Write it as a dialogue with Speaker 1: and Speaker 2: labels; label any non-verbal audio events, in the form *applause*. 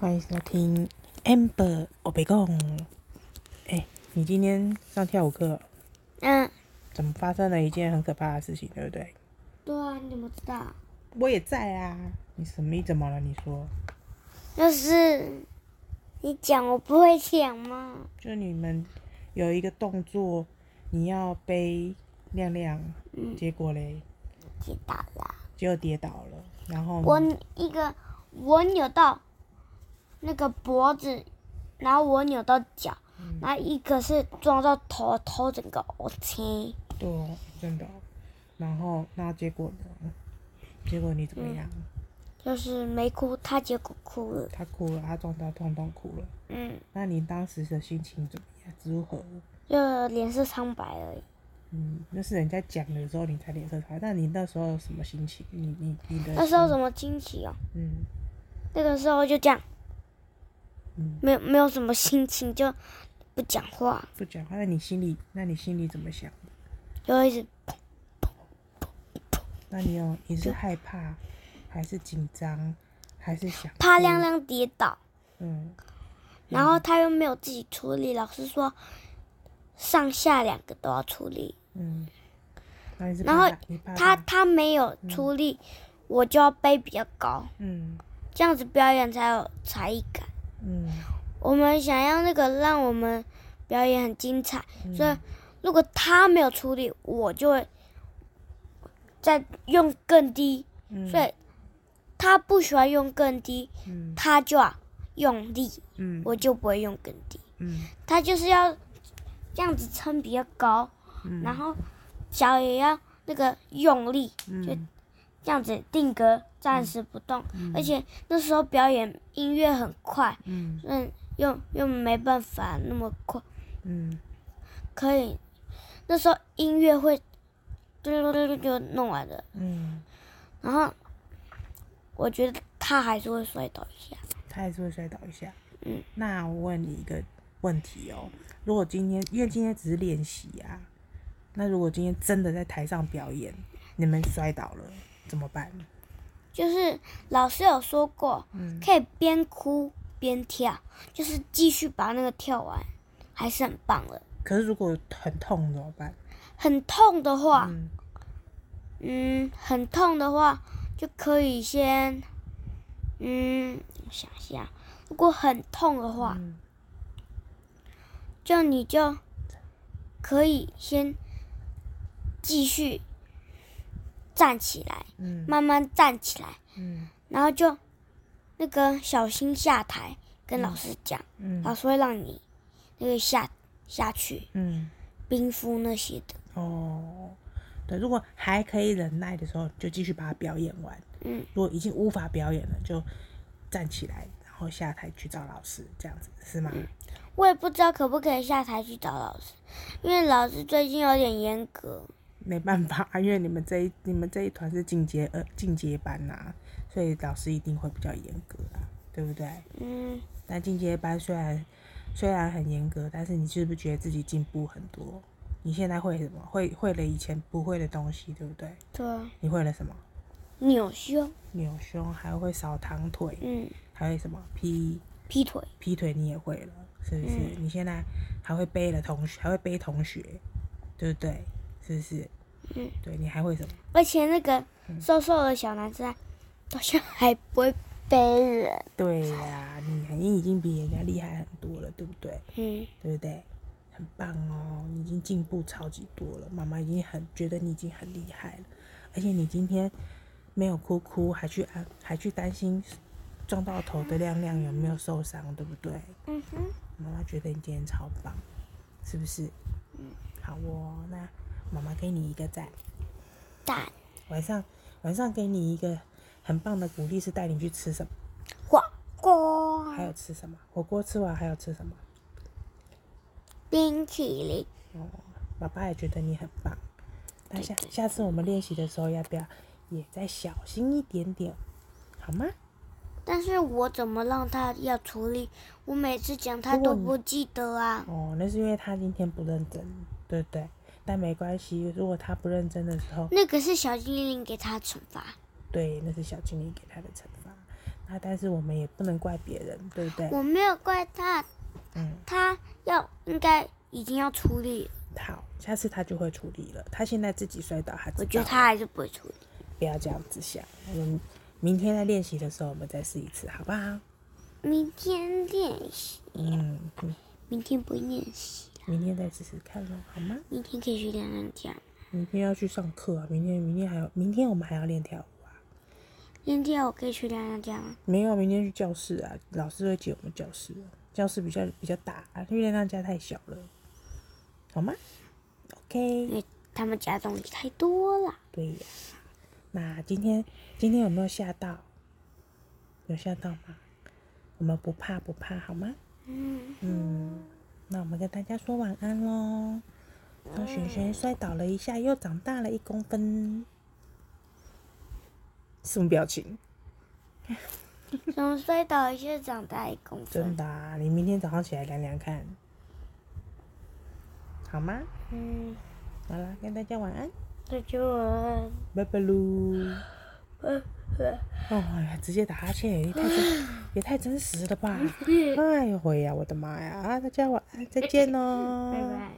Speaker 1: 欢迎收听 Amber 我别讲。哎、你今天上跳舞课，
Speaker 2: 嗯，
Speaker 1: 怎么发生了一件很可怕的事情，对不对？
Speaker 2: 对啊，你怎么知道？
Speaker 1: 我也在啊。你什么？你怎么了？你说，
Speaker 2: 就是你讲，我不会讲吗？
Speaker 1: 就你们有一个动作，你要背亮亮，结果嘞，
Speaker 2: 知道啦。
Speaker 1: 结果跌倒了，然后
Speaker 2: 我
Speaker 1: 你
Speaker 2: 一个我扭到那个脖子，然后我扭到脚，然后一个是撞到头，头整个 O 青。
Speaker 1: 对哦，真的哦，然后那结果呢？结果你怎么样？
Speaker 2: 就是没哭，他结果哭了。
Speaker 1: 他哭了，他撞到痛痛哭了。
Speaker 2: 嗯，
Speaker 1: 那你当时的心情怎么样？如何？
Speaker 2: 就脸色苍白而已。
Speaker 1: 嗯，那是人家讲的时候你才脸色差。那你那时候有什么心情？你你你的
Speaker 2: 那时候
Speaker 1: 心
Speaker 2: 怎么惊奇哦？
Speaker 1: 嗯
Speaker 2: 那个时候就这样
Speaker 1: 嗯，
Speaker 2: 没有没有什么心情，就不讲话。
Speaker 1: 不讲话，那你心里那你心里怎么想？
Speaker 2: 就一直
Speaker 1: 那你有你是害怕，还是紧张，还是想
Speaker 2: 怕
Speaker 1: 哭
Speaker 2: 亮？亮跌倒，
Speaker 1: 嗯，
Speaker 2: 然后他又没有自己处理，老师说上下两个都要处理，
Speaker 1: 嗯，那你是
Speaker 2: 然
Speaker 1: 怕
Speaker 2: 后
Speaker 1: 他你怕
Speaker 2: 他他没有处理，我就要背比较高，
Speaker 1: 嗯
Speaker 2: 这样子表演才有才艺感。
Speaker 1: 嗯
Speaker 2: 我们想要那个让我们表演很精彩，
Speaker 1: 嗯
Speaker 2: 所以如果他没有处理，我就会再用更低，
Speaker 1: 嗯
Speaker 2: 所以他不喜欢用更低，
Speaker 1: 嗯
Speaker 2: 他就要用力，
Speaker 1: 嗯
Speaker 2: 我就不会用更低。
Speaker 1: 嗯
Speaker 2: 他就是要这样子撑比较高，
Speaker 1: 嗯
Speaker 2: 然后脚也要那个用力，就
Speaker 1: 嗯
Speaker 2: 这样子定格，暂时不动。而且那时候表演音乐很快，
Speaker 1: 嗯
Speaker 2: 嗯，又又没办法那么快，
Speaker 1: 嗯
Speaker 2: 可以那时候音乐会嘟嘟嘟嘟就弄完了，
Speaker 1: 嗯，
Speaker 2: 然后我觉得他还是会摔倒一下。
Speaker 1: 他还是会摔倒一下。
Speaker 2: 嗯，
Speaker 1: 那我问你一个问题哦，如果今天因为今天只是练习啊，那如果今天真的在台上表演，你们摔倒了怎么办？
Speaker 2: 就是老师有说过，可以边哭边跳，就是继续把那个跳完，还是很棒的。
Speaker 1: 可是如果很痛怎么办？
Speaker 2: 很痛的话，
Speaker 1: 嗯
Speaker 2: 嗯，很痛的话就可以先，嗯，我想一下，如果很痛的话，
Speaker 1: 嗯
Speaker 2: 就你就可以先继续站起来，
Speaker 1: 嗯
Speaker 2: 慢慢站起来，
Speaker 1: 嗯
Speaker 2: 然后就那个小心下台，跟老师讲。
Speaker 1: 嗯
Speaker 2: 老师会让你那个下下去
Speaker 1: 嗯，
Speaker 2: 冰敷那些的。
Speaker 1: 哦，对，如果还可以忍耐的时候，就继续把它表演完。
Speaker 2: 嗯，
Speaker 1: 如果已经无法表演了，就站起来，然后下台去找老师，这样子是
Speaker 2: 嗯
Speaker 1: 吗？
Speaker 2: 我也不知道可不可以下台去找老师，因为老师最近有点严格。
Speaker 1: 没办法， *laughs* 因为你们这一你们这一团是进阶呃进阶班呐、所以老师一定会比较严格啦、对不对？
Speaker 2: 嗯，
Speaker 1: 那进阶班虽然虽然很严格，但是你是不是觉得自己进步很多？你现在会什么？会会了以前不会的东西，对不对？
Speaker 2: 对啊，
Speaker 1: 你会了什么？
Speaker 2: 扭胸，
Speaker 1: 扭胸，还会扫堂腿，
Speaker 2: 嗯，
Speaker 1: 还会什么劈
Speaker 2: 劈腿，
Speaker 1: 劈腿，你也会了，是不是？你现在还会背了同学，还会背同学，对不对？是不是？
Speaker 2: 嗯，
Speaker 1: 对你还会什么？
Speaker 2: 而且那个瘦瘦的小男生好像还不会背人。
Speaker 1: 对呀、你你已经比人家厉害很多了，对不对？
Speaker 2: 嗯，
Speaker 1: 对不对？很棒哦，你已经进步超级多了，妈妈已经很觉得你已经很厉害了，而且你今天没有哭哭，还去安还去担心撞到头的亮亮有没有受伤，对不对？
Speaker 2: 嗯哼，
Speaker 1: 妈妈觉得你今天超棒，是不是？嗯，好哦，那妈妈给你一个赞，
Speaker 2: 蛋
Speaker 1: 晚上晚上给你一个很棒的鼓励，是带你去吃什么？
Speaker 2: 火锅、
Speaker 1: 还有吃什么？火锅吃完还有吃什么？
Speaker 2: 冰淇淋，
Speaker 1: 哦，爸爸也觉得你很棒。那下下次我们练习的时候，要不要也再小心一点点，好吗？
Speaker 2: 但是我怎么让他要处理？我每次讲他
Speaker 1: 如果
Speaker 2: 都
Speaker 1: 你
Speaker 2: 不记得啊。
Speaker 1: 哦，那是因为他今天不认真，对不对？但没关系，如果他不认真的时候，
Speaker 2: 那个是小精灵给他惩罚。
Speaker 1: 对，那是小精灵给他的惩罚。那但是我们也不能怪别人，对不对？
Speaker 2: 我没有怪他，
Speaker 1: 嗯，
Speaker 2: 他要应该已经要处理了，
Speaker 1: 好，下次他就会处理了。他现在自己摔倒，他知
Speaker 2: 我觉得
Speaker 1: 道
Speaker 2: 他还是不会处理。
Speaker 1: 不要这样子想。我们明天在练习的时候，我们再试一次，好不好？
Speaker 2: 明天练习，
Speaker 1: 嗯，嗯
Speaker 2: 明天不练习，
Speaker 1: 明天再试试看咯，好吗？
Speaker 2: 明天可以去练练跳，
Speaker 1: 明天要去上课啊，明天明天还有，明天我们还要练跳舞啊。
Speaker 2: 练跳我可以去练练跳吗？
Speaker 1: 没有，明天去教室啊，老师会接我们教室啊，教室比较比较大啊，因为那家太小了，好吗
Speaker 2: 因
Speaker 1: ？OK，
Speaker 2: 为他们家东西太多了。
Speaker 1: 对呀、那今天今天有没有吓到？有吓到吗？我们不怕不怕，好吗？
Speaker 2: 嗯，
Speaker 1: 嗯，那我们跟大家说晚安喽。小璇璇摔倒了一下，又长大了一公分，什么表情？
Speaker 2: 从摔倒一下长大一公
Speaker 1: 真
Speaker 2: 分。
Speaker 1: 的、啊，你明天早上起来量量看，好吗？
Speaker 2: 嗯，
Speaker 1: 好啦，跟大家晚安，
Speaker 2: 那就我
Speaker 1: 拜拜喽！
Speaker 2: 呃呃
Speaker 1: 哦哎呀，直接打哈欠也太真，也太真哎实了吧！哎呦喂呀，我的妈呀！啊，大家晚安，再见喽！
Speaker 2: *laughs* 拜拜。